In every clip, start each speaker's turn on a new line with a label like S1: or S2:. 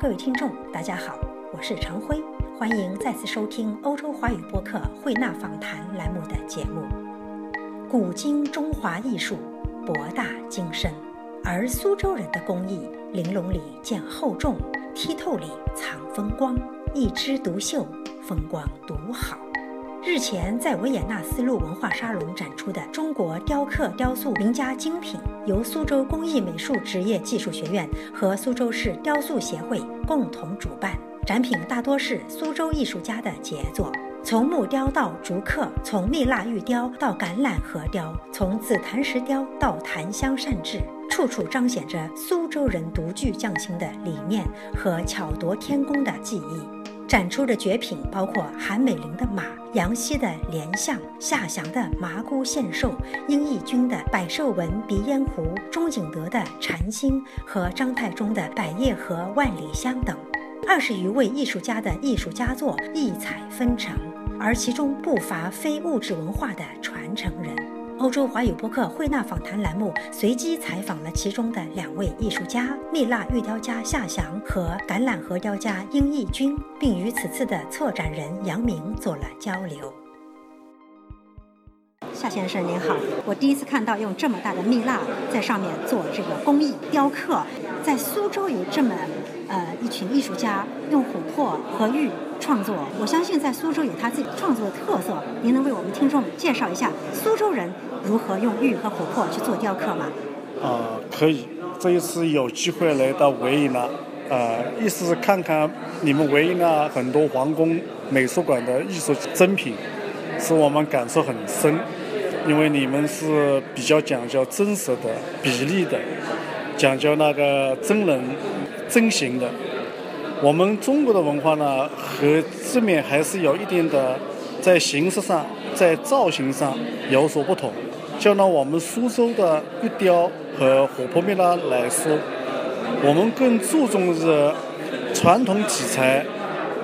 S1: 各位听众，大家好，我是常辉，欢迎再次收听欧洲华语播客《慧纳访谈》栏目的节目。古今中华艺术博大精深，而苏州人的工艺，玲珑里见厚重，剔透里藏风光，一枝独秀，风光独好。日前，在维也纳丝路文化沙龙展出的中国雕刻雕塑名家精品，由苏州工艺美术职业技术学院和苏州市雕塑协会共同主办。展品大多是苏州艺术家的杰作，从木雕到竹刻，从蜜蜡玉雕到橄榄核雕，从紫檀石雕到檀香扇制，处处彰显着苏州人独具匠心的理念和巧夺天工的技艺。展出的绝品包括韩美林的马、杨希的莲象、夏祥的麻姑献寿、殷义军的百寿纹鼻烟壶、钟景德的禅心和张太忠的百叶盒万里香等，二十余位艺术家的艺术佳作异彩纷呈，而其中不乏非物质文化的传承人。欧洲华语播客慧纳访谈栏目随机采访了其中的两位艺术家——蜜蜡玉雕家夏祥和橄榄核雕家殷义军，并与此次的策展人杨明做了交流。夏先生您好，我第一次看到用这么大的蜜蜡在上面做这个工艺雕刻，在苏州有这么呃一群艺术家用琥珀和玉。创作，我相信在苏州有他自己创作的特色。您能为我们听众介绍一下苏州人如何用玉和琥珀去做雕刻吗？
S2: 啊、呃，可以。这一次有机会来到维也纳，呃，意思是看看你们维也纳很多皇宫美术馆的艺术珍品，使我们感受很深，因为你们是比较讲究真实的比例的，讲究那个真人真形的。我们中国的文化呢，和这面还是有一定的，在形式上、在造型上有所不同。就拿我们苏州的玉雕和琥珀蜜蜡来说，我们更注重是传统题材，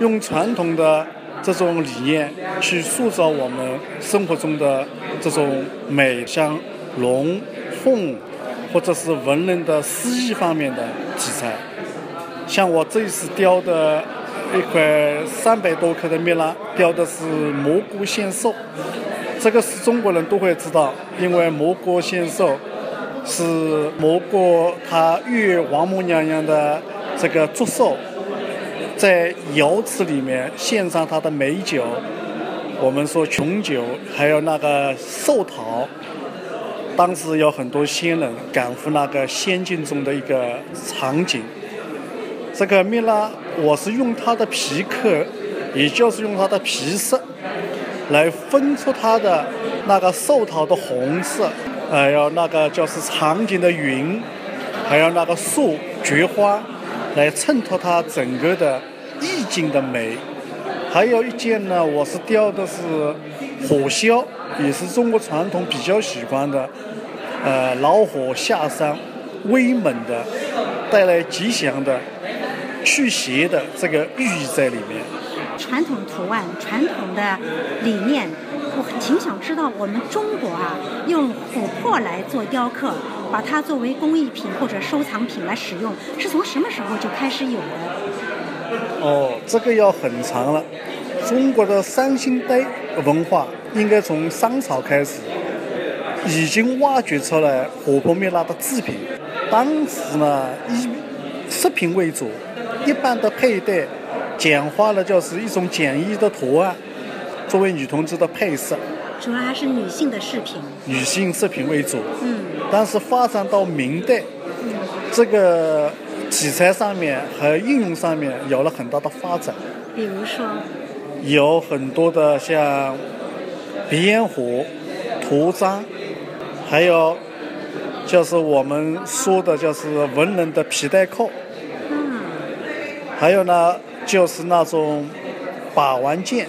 S2: 用传统的这种理念去塑造我们生活中的这种美，像龙、凤，或者是文人的诗意方面的题材。像我这一次雕的一块三百多克的蜜蜡，雕的是蘑菇献寿，这个是中国人都会知道，因为蘑菇献寿是蘑菇它遇王母娘娘的这个祝寿，在瑶池里面献上它的美酒，我们说琼酒，还有那个寿桃。当时有很多仙人赶赴那个仙境中的一个场景。这个蜜蜡，我是用它的皮壳，也就是用它的皮色，来分出它的那个寿桃的红色，还有那个就是场景的云，还有那个树、菊花，来衬托它整个的意境的美。还有一件呢，我是雕的是火枭，也是中国传统比较喜欢的，呃，老火下山，威猛的，带来吉祥的。去邪的这个寓意在里面。
S1: 传统图案、传统的理念，我挺想知道我们中国啊，用琥珀来做雕刻，把它作为工艺品或者收藏品来使用，是从什么时候就开始有的？
S2: 哦，这个要很长了。中国的三星堆文化应该从商朝开始，已经挖掘出来琥珀蜜蜡的制品。当时呢，以饰品为主。一般的佩戴，简化了就是一种简易的图案，作为女同志的配饰。
S1: 主要还是女性的饰品，
S2: 女性饰品为主。
S1: 嗯。
S2: 但是发展到明代，嗯、这个题材上面和应用上面有了很大的发展。
S1: 比如说，
S2: 有很多的像鼻烟壶、图章，还有就是我们说的就是文人的皮带扣。
S1: 嗯
S2: 还有呢，就是那种把玩剑，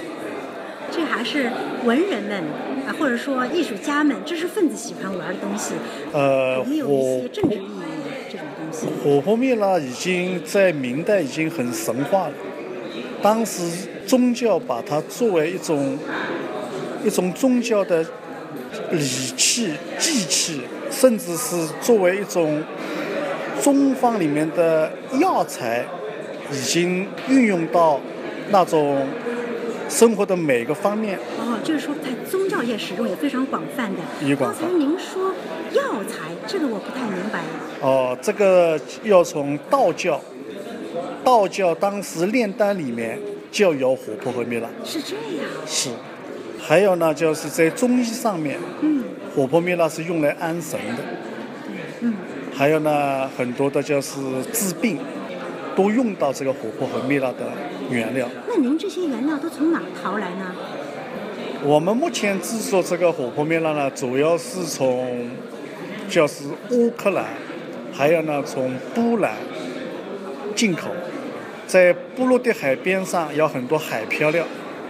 S1: 这还是文人们啊，或者说艺术家们、知识分子喜欢玩的东西。
S2: 呃，
S1: 有没有一些政治意义这种东西？
S2: 琥珀蜜蜡已经在明代已经很神化了，当时宗教把它作为一种一种宗教的礼器、祭器，甚至是作为一种中方里面的药材。已经运用到那种生活的每个方面。
S1: 哦，就是说在宗教业使用也非常广泛的。
S2: 也广泛
S1: 刚才您说药材，这个我不太明白。
S2: 哦，这个要从道教，道教当时炼丹里面就有琥珀和蜜蜡。
S1: 是这样，
S2: 是。还有呢，就是在中医上面，
S1: 嗯
S2: 琥珀蜜蜡是用来安神的。
S1: 嗯，
S2: 还有呢，很多的就是治病，都用到这个琥珀和蜜蜡的原料。
S1: 那您这些原料都从哪儿淘来呢？
S2: 我们目前制作这个琥珀蜜蜡呢，主要是从就是乌克兰，还有呢从波兰进口，在波罗的海边上有很多海漂料，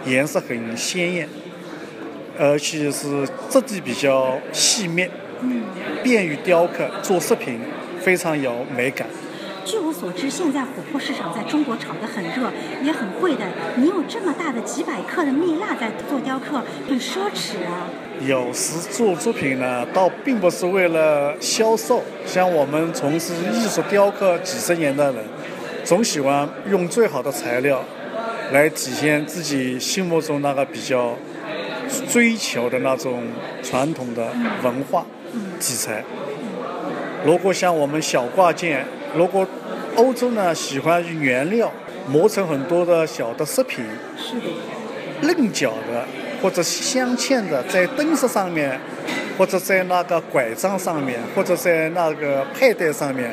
S2: 颜色很鲜艳，而且是质地比较细密，便于雕刻做饰品，非常有美感。
S1: 据我所知，现在琥珀市场在中国炒得很热，也很贵的。你有这么大的几百克的蜜蜡在做雕刻，很奢侈啊。
S2: 有时做作品呢，倒并不是为了销售。像我们从事艺术雕刻几十年的人，总喜欢用最好的材料来体现自己心目中那个比较追求的那种传统的文化题材。如果像我们小挂件，如果欧洲呢喜欢原料磨成很多的小的饰品，
S1: 是的，
S2: 棱角的或者镶嵌的，在灯饰上面，或者在那个拐杖上面，或者在那个佩戴上面，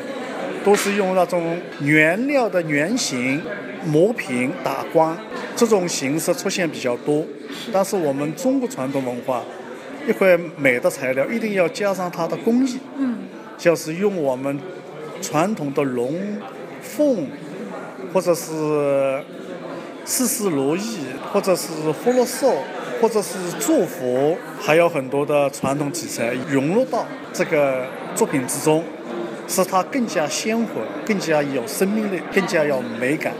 S2: 都是用那种原料的圆形磨平打光，这种形式出现比较多。但是我们中国传统文化，一块美的材料一定要加上它的工艺，
S1: 嗯，
S2: 就是用我们传统的龙、凤，或者是丝丝如意，或者是葫芦寿，或者是祝福，还有很多的传统题材融入到这个作品之中，使它更加鲜活、更加有生命力、更加有美感。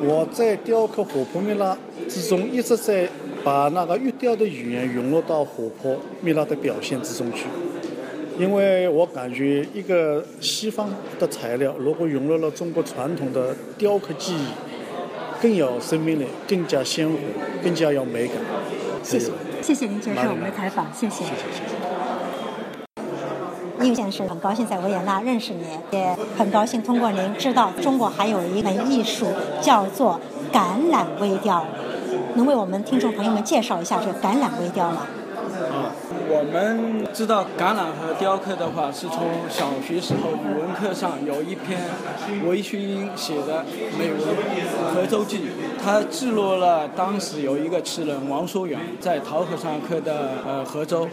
S2: 我在雕刻琥珀蜜蜡之中，一直在把那个玉雕的语言融入到琥珀蜜蜡的表现之中去。因为我感觉一个西方的材料，如果融入了中国传统的雕刻技艺，更有生命力，更加鲜活，更加有美感。
S1: 谢谢
S2: 这个，
S1: 谢谢您接受我们的采访，谢谢。
S2: 谢谢，谢谢。
S1: 应先生，很高兴在维也纳认识您，也很高兴通过您知道中国还有一门艺术叫做橄榄微雕，能为我们听众朋友们介绍一下这个橄榄微雕吗？
S3: 我们知道橄榄和雕刻的话，是从小学时候语文课上有一篇韦旭英写的美文《河州记》，他记录了当时有一个词人王叔远在桃河上刻的呃河州。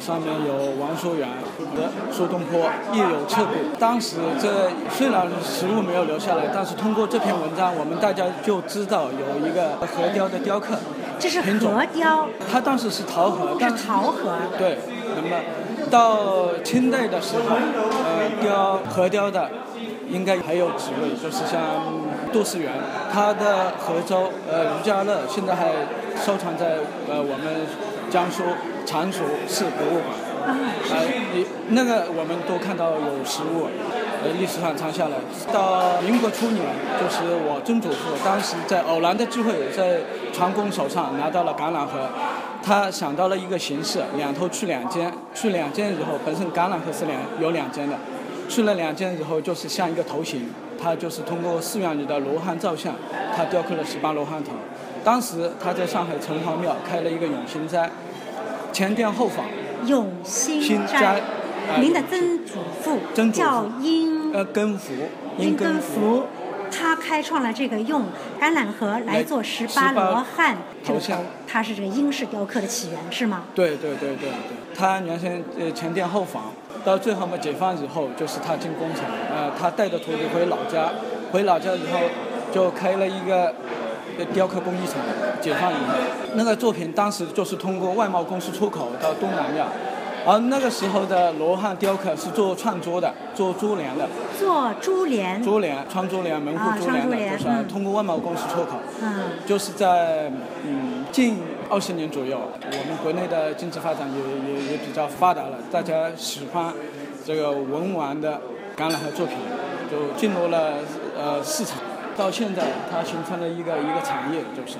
S3: 上面有王叔远和苏东坡，亦有彻骨。当时这虽然实物没有留下来，但是通过这篇文章，我们大家就知道有一个河雕的雕刻。
S1: 这是
S3: 品种
S1: 河雕，
S3: 它当时是桃核，
S1: 是
S3: 但是
S1: 桃核。
S3: 对，那么到清代的时候，呃，雕河雕的应该还有几位，就是像杜思源，他的河州呃余家乐现在还收藏在呃我们江苏常熟市博物馆。
S1: 啊，
S3: 呃，你那个我们都看到有实物，呃，历史上传下来。到民国初年，就是我曾祖父当时在偶然的机会，在船工手上拿到了橄榄核，他想到了一个形式，两头去两间，去两间以后，本身橄榄核是两有两间的，去了两间以后就是像一个头型，他就是通过寺院里的罗汉造像，他雕刻了十八罗汉头。当时他在上海城隍庙开了一个永兴斋，前店后坊。
S1: 永兴
S3: 新斋
S1: 斋，
S3: 呃
S1: 您的曾祖父
S3: 曾祖父
S1: 叫殷
S3: 呃，根福，
S1: 殷根
S3: 根
S1: 福，他开创了这个用橄榄核来
S3: 哎
S1: 做十八罗汉这个
S3: 头像
S1: 他是这个英式雕刻的起源是吗？
S3: 对对对对对，他原先呃前店后坊，到最后嘛解放以后，就是他进工厂，呃，他带着徒弟回老家，回老家以后就开了一个呃雕刻工艺厂。解放以后，那个作品当时就是通过外贸公司出口到东南亚，而那个时候的罗汉雕刻是做串珠的，做珠帘的，
S1: 做珠帘，
S3: 珠帘、穿珠帘、门户
S1: 啊
S3: 珠帘
S1: 穿珠
S3: 的，
S1: 帘
S3: 就是
S1: 嗯
S3: 通过外贸公司出口。
S1: 嗯，
S3: 就是在嗯近二十年左右，我们国内的经济发展也也也比较发达了，大家喜欢这个文玩的橄榄核作品，就进入了呃市场。到现在它形成了一个一个产业，就是。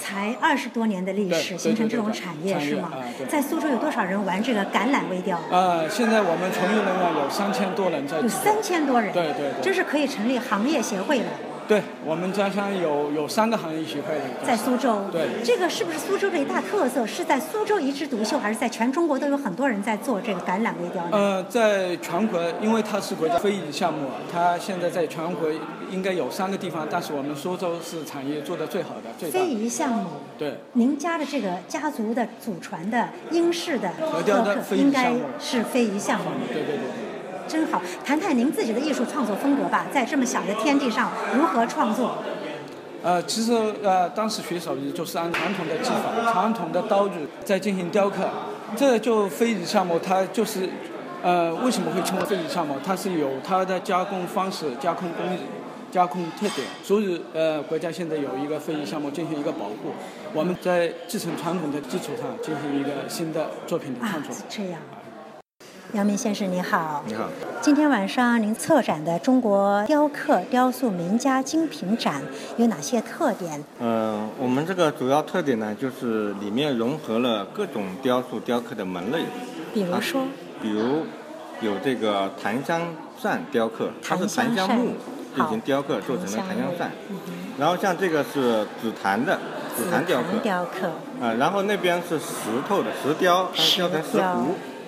S1: 才二十多年的历史，
S3: 对对
S1: 形成
S3: 对
S1: 这种
S3: 对
S1: 产业
S3: 产业
S1: 是吗
S3: 啊？对
S1: 在苏州有多少人玩这个橄榄微雕？
S3: 呃，现在我们从业人员有三千多人在
S1: 有
S3: 制作
S1: 三千多人，
S3: 对对对
S1: 这是可以成立行业协会了。
S3: 对，我们家乡有有三个行业协会的，就是
S1: 在苏州，
S3: 对
S1: 这个是不是苏州的一大特色？是在苏州一枝独秀，还是在全中国都有很多人在做这个橄榄微雕呢？
S3: 呃，在全国，因为它是国家非遗项目，它现在在全国应该有三个地方，但是我们苏州是产业做的最好的，最大
S1: 非
S3: 的。
S1: 遗项目，
S3: 对，
S1: 您家的这个家族的祖传的英式的
S3: 河雕
S1: 雕
S3: 的
S1: 刻
S3: 非遗
S1: 应该
S3: 项目
S1: 是非遗项目，
S3: 对对对对。
S1: 真好。谈谈您自己的艺术创作风格吧，在这么小的天地上如何创作？
S3: 呃，其实呃，当时学手艺就是按传统的技法、传统的刀具在进行雕刻，这就非遗项目，它就是，呃，为什么会称为非遗项目？它是有它的加工方式、加工工艺、加工特点，所以呃，国家现在有一个非遗项目进行一个保护，我们在继承传统的基础上进行一个新的作品的
S1: 啊
S3: 创作。，
S1: 这样。杨明先生你好，
S4: 你好，
S1: 今天晚上您策展的中国雕刻雕塑名家精品展有哪些特点？
S4: 嗯，我们这个主要特点呢，就是里面融合了各种雕塑雕刻的门类，
S1: 比
S3: 啊
S1: 如说，
S4: 比如有这个檀香扇雕刻，它是檀香木
S1: 好
S4: 进行雕刻做成了檀香
S1: 木
S4: 扇，
S1: 嗯哼
S4: 然后像这个是紫檀的紫檀雕刻，
S1: 雕刻，
S4: 啊、然后那边是石头的石雕，它是
S1: 石
S4: 雕成石
S1: 雕
S4: 斛，，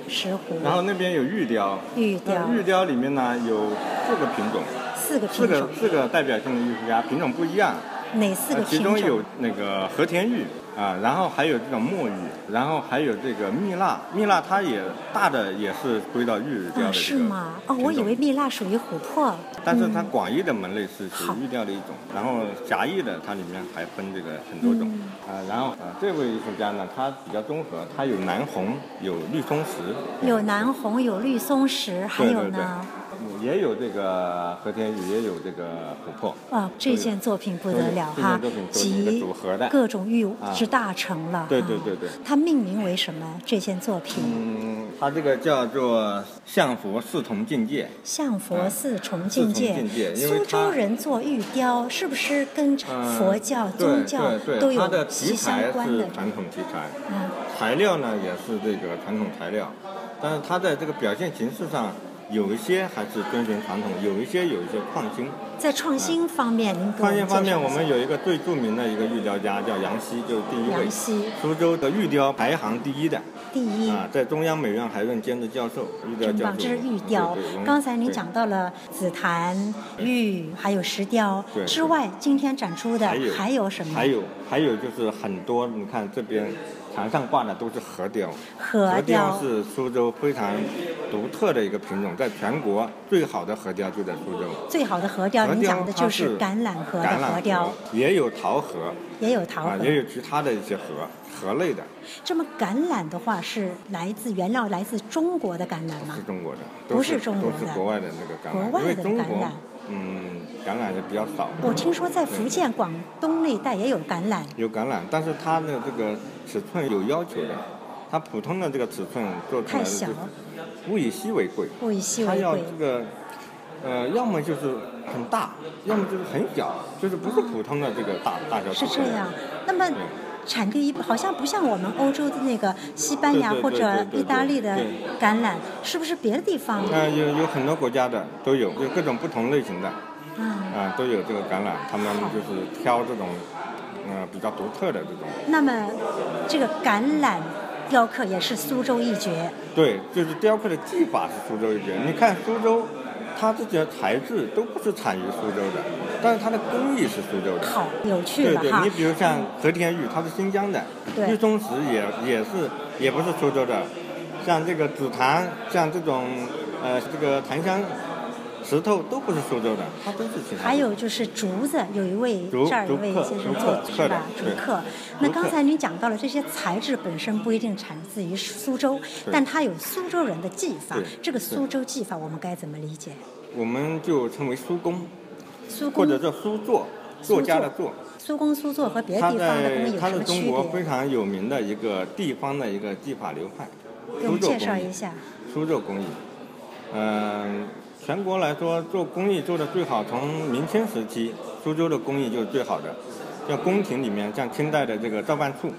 S1: 石斛，
S4: 然后那边有玉雕，
S1: 玉
S4: 那
S1: 雕，
S4: 玉雕里面呢有四个品种，
S1: 四个
S4: 四
S1: 品
S4: 个
S1: 种，
S4: 四个代表性的艺术家品种不一样。
S1: 哪四个
S4: 呃，其
S1: 品
S4: 中
S1: 种
S4: 有？那个和田玉啊，然后还有这种墨玉，然后还有这个蜜蜡，蜜蜡它也大的也是归到玉雕
S1: 啊，
S4: 的
S1: 是
S4: 这个
S1: 吗？哦，
S4: 品
S1: 我以
S4: 种
S1: 为蜜蜡属于琥珀，
S4: 但是它广义的门类是属
S1: 好
S4: 于玉雕的一种，然后狭义的它里面还分这个很多种
S1: 嗯
S4: 啊、然后啊、这位艺术家呢，他比较综合，他有南红，有绿松石，
S1: 有南红，有绿松石，还
S4: 对
S1: 有
S4: 对对
S1: 呢，，
S4: 也有这个和田玉，也有这个琥珀。
S1: 啊，这件作品不得了
S4: 这件
S1: 哈
S4: 作品，做成一个
S1: 集
S4: 组合的
S1: 各种玉
S4: 啊
S1: 之大成了。
S4: 对对
S1: 啊
S4: 对对
S1: 它命名为什么？这件作品
S4: 嗯，它这个叫做相佛四同境界。
S1: “向佛寺重
S4: 四
S1: 境
S4: 重
S1: 界
S4: 境”。界因为
S1: 苏州
S4: 它
S1: 人做玉雕，是不是跟
S4: 嗯
S1: 佛教、
S4: 对
S1: 宗教
S4: 对对
S1: 都
S4: 它的
S1: 有息
S4: 题
S1: 相
S4: 材
S1: 关
S4: 是
S1: 的？
S4: 传统题材，
S1: 嗯，
S4: 材料呢也是这个传统材料，但是它在这个表现形式上，有一些还是遵循传统，有一些有一些创新。
S1: 在创新方面，您给我们
S4: 创
S1: 介
S4: 新
S1: 绍
S4: 方面，我
S1: 一
S4: 们
S1: 下
S4: 有一个最著名的一个玉雕家叫杨希，就是第一位
S1: 杨希
S4: 苏州的玉雕排行第一的
S1: 第一。
S4: 啊，在中央美院还任兼职教授，玉雕
S1: 真
S4: 教
S1: 棒，
S4: 授。
S1: 这是玉雕
S4: 对对我。们
S1: 刚才您
S4: 对
S1: 讲到了紫檀、玉，还有石雕
S4: 对
S1: 之
S4: 对
S1: 外，今天展出的
S4: 还有
S1: 还有什么？
S4: 还有还有就是很多，你看这边墙上挂的都是河雕，
S1: 河雕
S4: 雕是苏州非常独特的一个品种，在全国最好的河雕就在苏州。
S1: 最好的河雕，
S4: 河
S1: 您
S4: 雕
S1: 讲的
S4: 它
S1: 就是橄榄河的
S4: 橄榄
S1: 河雕，，
S4: 也有桃河
S1: 也有桃
S4: 啊，
S1: 河。
S4: 也有其他的一些河河类的，
S1: 这么橄榄的话，是来自原料来自中国的橄榄吗
S4: 是？中国的，
S1: 啊不
S4: 都
S1: 是中国的
S4: 都是国外的那个橄
S1: 国外
S4: 榄，因为
S1: 的
S4: 中
S1: 橄榄
S4: 国嗯橄榄也比较少。
S1: 我听说在福建、广东那一带也有橄榄，
S4: 有橄榄，但是它的这个尺寸有要求的，它普通的这个尺寸做出
S1: 太
S4: 来的
S1: 小
S4: 就是
S1: 了
S4: 物以稀为贵，
S1: 物以稀
S4: 它
S1: 为
S4: 要
S1: 贵
S4: 这。个呃，要么就是很大，要么就是很小，就是不是普通的这个大大小
S1: 是这
S4: 尺寸。
S1: 样。那么
S4: 对
S1: 产地好像不像我们欧洲的那个西班牙
S4: 对对
S1: 或者
S4: 对对对
S1: 意大利的
S4: 对
S1: 橄榄，是不是别的地方
S4: 呃，有有很多国家的都有，有各种不同类型的啊、
S1: 啊？
S4: 都有这个橄榄，他们就是挑这种呃比较独特的这种。
S1: 那么这个橄榄雕刻也是苏州一绝，
S4: 对，就是雕刻的技法是苏州一绝。你看苏州，它这些材质都不是产于苏州的，但是它的工艺是苏州的。
S1: 好有趣
S4: 对
S1: 了
S4: 对，
S1: 哈
S4: 你。比如像和田玉，它是新疆的；
S1: 对
S4: 玉松石也也是也不是苏州的。像这个紫檀，像这种呃这个檀香石头都不是苏州的，它都是其他地方。
S1: 还有就是竹子，有一位
S4: 竹
S1: 这儿有一位
S4: 竹刻
S1: 先生
S4: 竹
S1: 做
S4: 刻
S1: 是吧？竹
S4: 对
S1: 刻。那
S4: 竹刻
S1: 刚才您讲到了这些材质本身不一定产自于苏州，
S4: 对
S1: 但它有苏州人的技法
S4: 对。
S1: 这个
S4: 对
S1: 苏州技法我们该怎么理解？
S4: 我们就称为苏工，
S1: 苏
S4: 或
S1: 工
S4: 者叫苏作，
S1: 苏
S4: 作家的
S1: 作
S4: 作。
S1: 苏工苏作和别的
S4: 它
S1: 地方的工
S4: 在
S1: 艺有
S4: 它
S1: 什
S4: 是
S1: 么
S4: 中
S1: 区
S4: 国
S1: 别
S4: 非？常有名的一个地方的一个技法流派，
S1: 给我
S4: 苏
S1: 们
S4: 州
S1: 介
S4: 工
S1: 绍
S4: 艺
S1: 一。下。
S4: 苏州工艺，嗯、全国来说，做工艺做的最好，从明清时期，苏州的工艺就是最好的。像宫廷里面，像清代的这个造办处，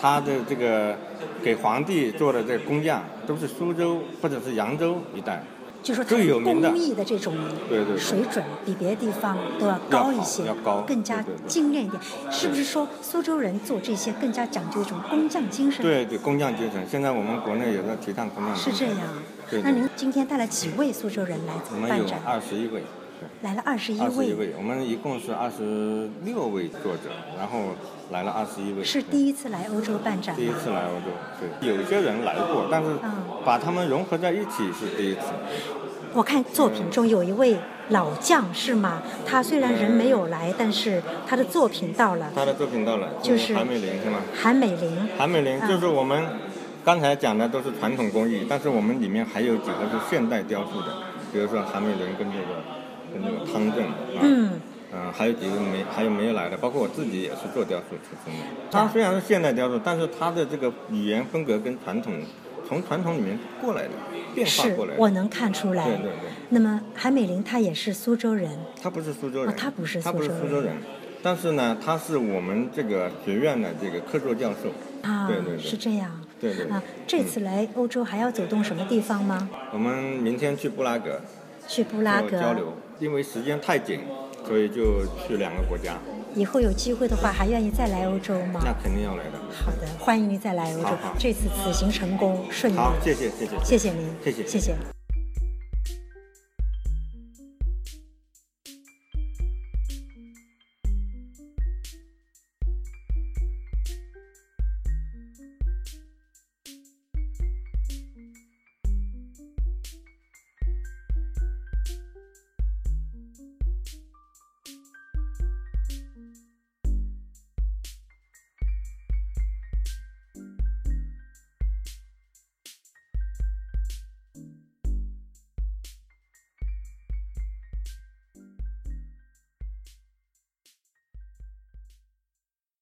S4: 它的这个给皇帝做的这个工匠，都是苏州或者是扬州一带。
S1: 就说它
S4: 最有名的
S1: 工艺的这种
S4: 对对对
S1: 水准比别的地方都要高一些，
S4: 要好要高
S1: 更加
S4: 对对对
S1: 精炼一点。是不是说苏州人做这些更加讲究一种工匠精神？，
S4: 对对，工匠精神。现在我们国内也在提倡工匠
S1: 是
S4: 精
S1: 这
S4: 神。
S1: 样啊
S4: 对。对
S1: 那您今天带了几位苏州人来
S4: 我们
S1: 办
S4: 有
S1: 展？
S4: 二十一位。对
S1: 来了二十一
S4: 二十一
S1: 位，
S4: 位，我们一共是二十六位作者，然后来了二十一位，
S1: 是
S4: 对
S1: 第一次来欧洲办展
S4: 第一
S1: 吗？
S4: 次来欧洲，对，有些人来过，但是
S1: 嗯
S4: 把他们融合在一起是第一次。
S1: 我看作品中有一位老将是吗？他虽然人没有来，但是他的作品到了。
S4: 他的作品到了，
S1: 就是
S4: 韩美林是吗？
S1: 韩美玲，
S4: 韩美林
S1: 嗯
S4: 就是我们刚才讲的都是传统工艺，但是我们里面还有几个是现代雕塑的，比如说韩美林跟这个跟这个汤镇啊。
S1: 嗯，
S4: 嗯，还有几个没还有没有来的，包括我自己也是做雕塑出身的。它虽然是现代雕塑，但是它的这个语言风格跟传统，从传统里面过来的，变化
S1: 是
S4: 过来
S1: 我
S4: 的。
S1: 能看出
S4: 对
S1: 来
S4: 对。对，
S1: 那么韩美玲她也是苏州人，
S4: 他不是苏州人，
S1: 哦他不是
S4: 他不是
S1: 苏州
S4: 苏州人，但是呢，他是我们这个学院的这个客座教授。
S1: 啊，
S4: 对对对
S1: 是这样。
S4: 对对对
S1: 啊，这次来欧洲还要走动什么地方吗？
S4: 我们明天去布拉格
S1: 去布拉
S4: 做嗯交
S1: 格。
S4: 流，因为时间太紧，所以就去两个国家，
S1: 以后有机会的话，还愿意再来欧洲吗？
S4: 那肯定要来的。
S1: 好的，欢迎您再来欧洲
S4: 好好。
S1: 这次此行成功，顺利。
S4: 好，谢谢谢谢
S1: 谢谢您，
S4: 谢谢
S1: 谢谢。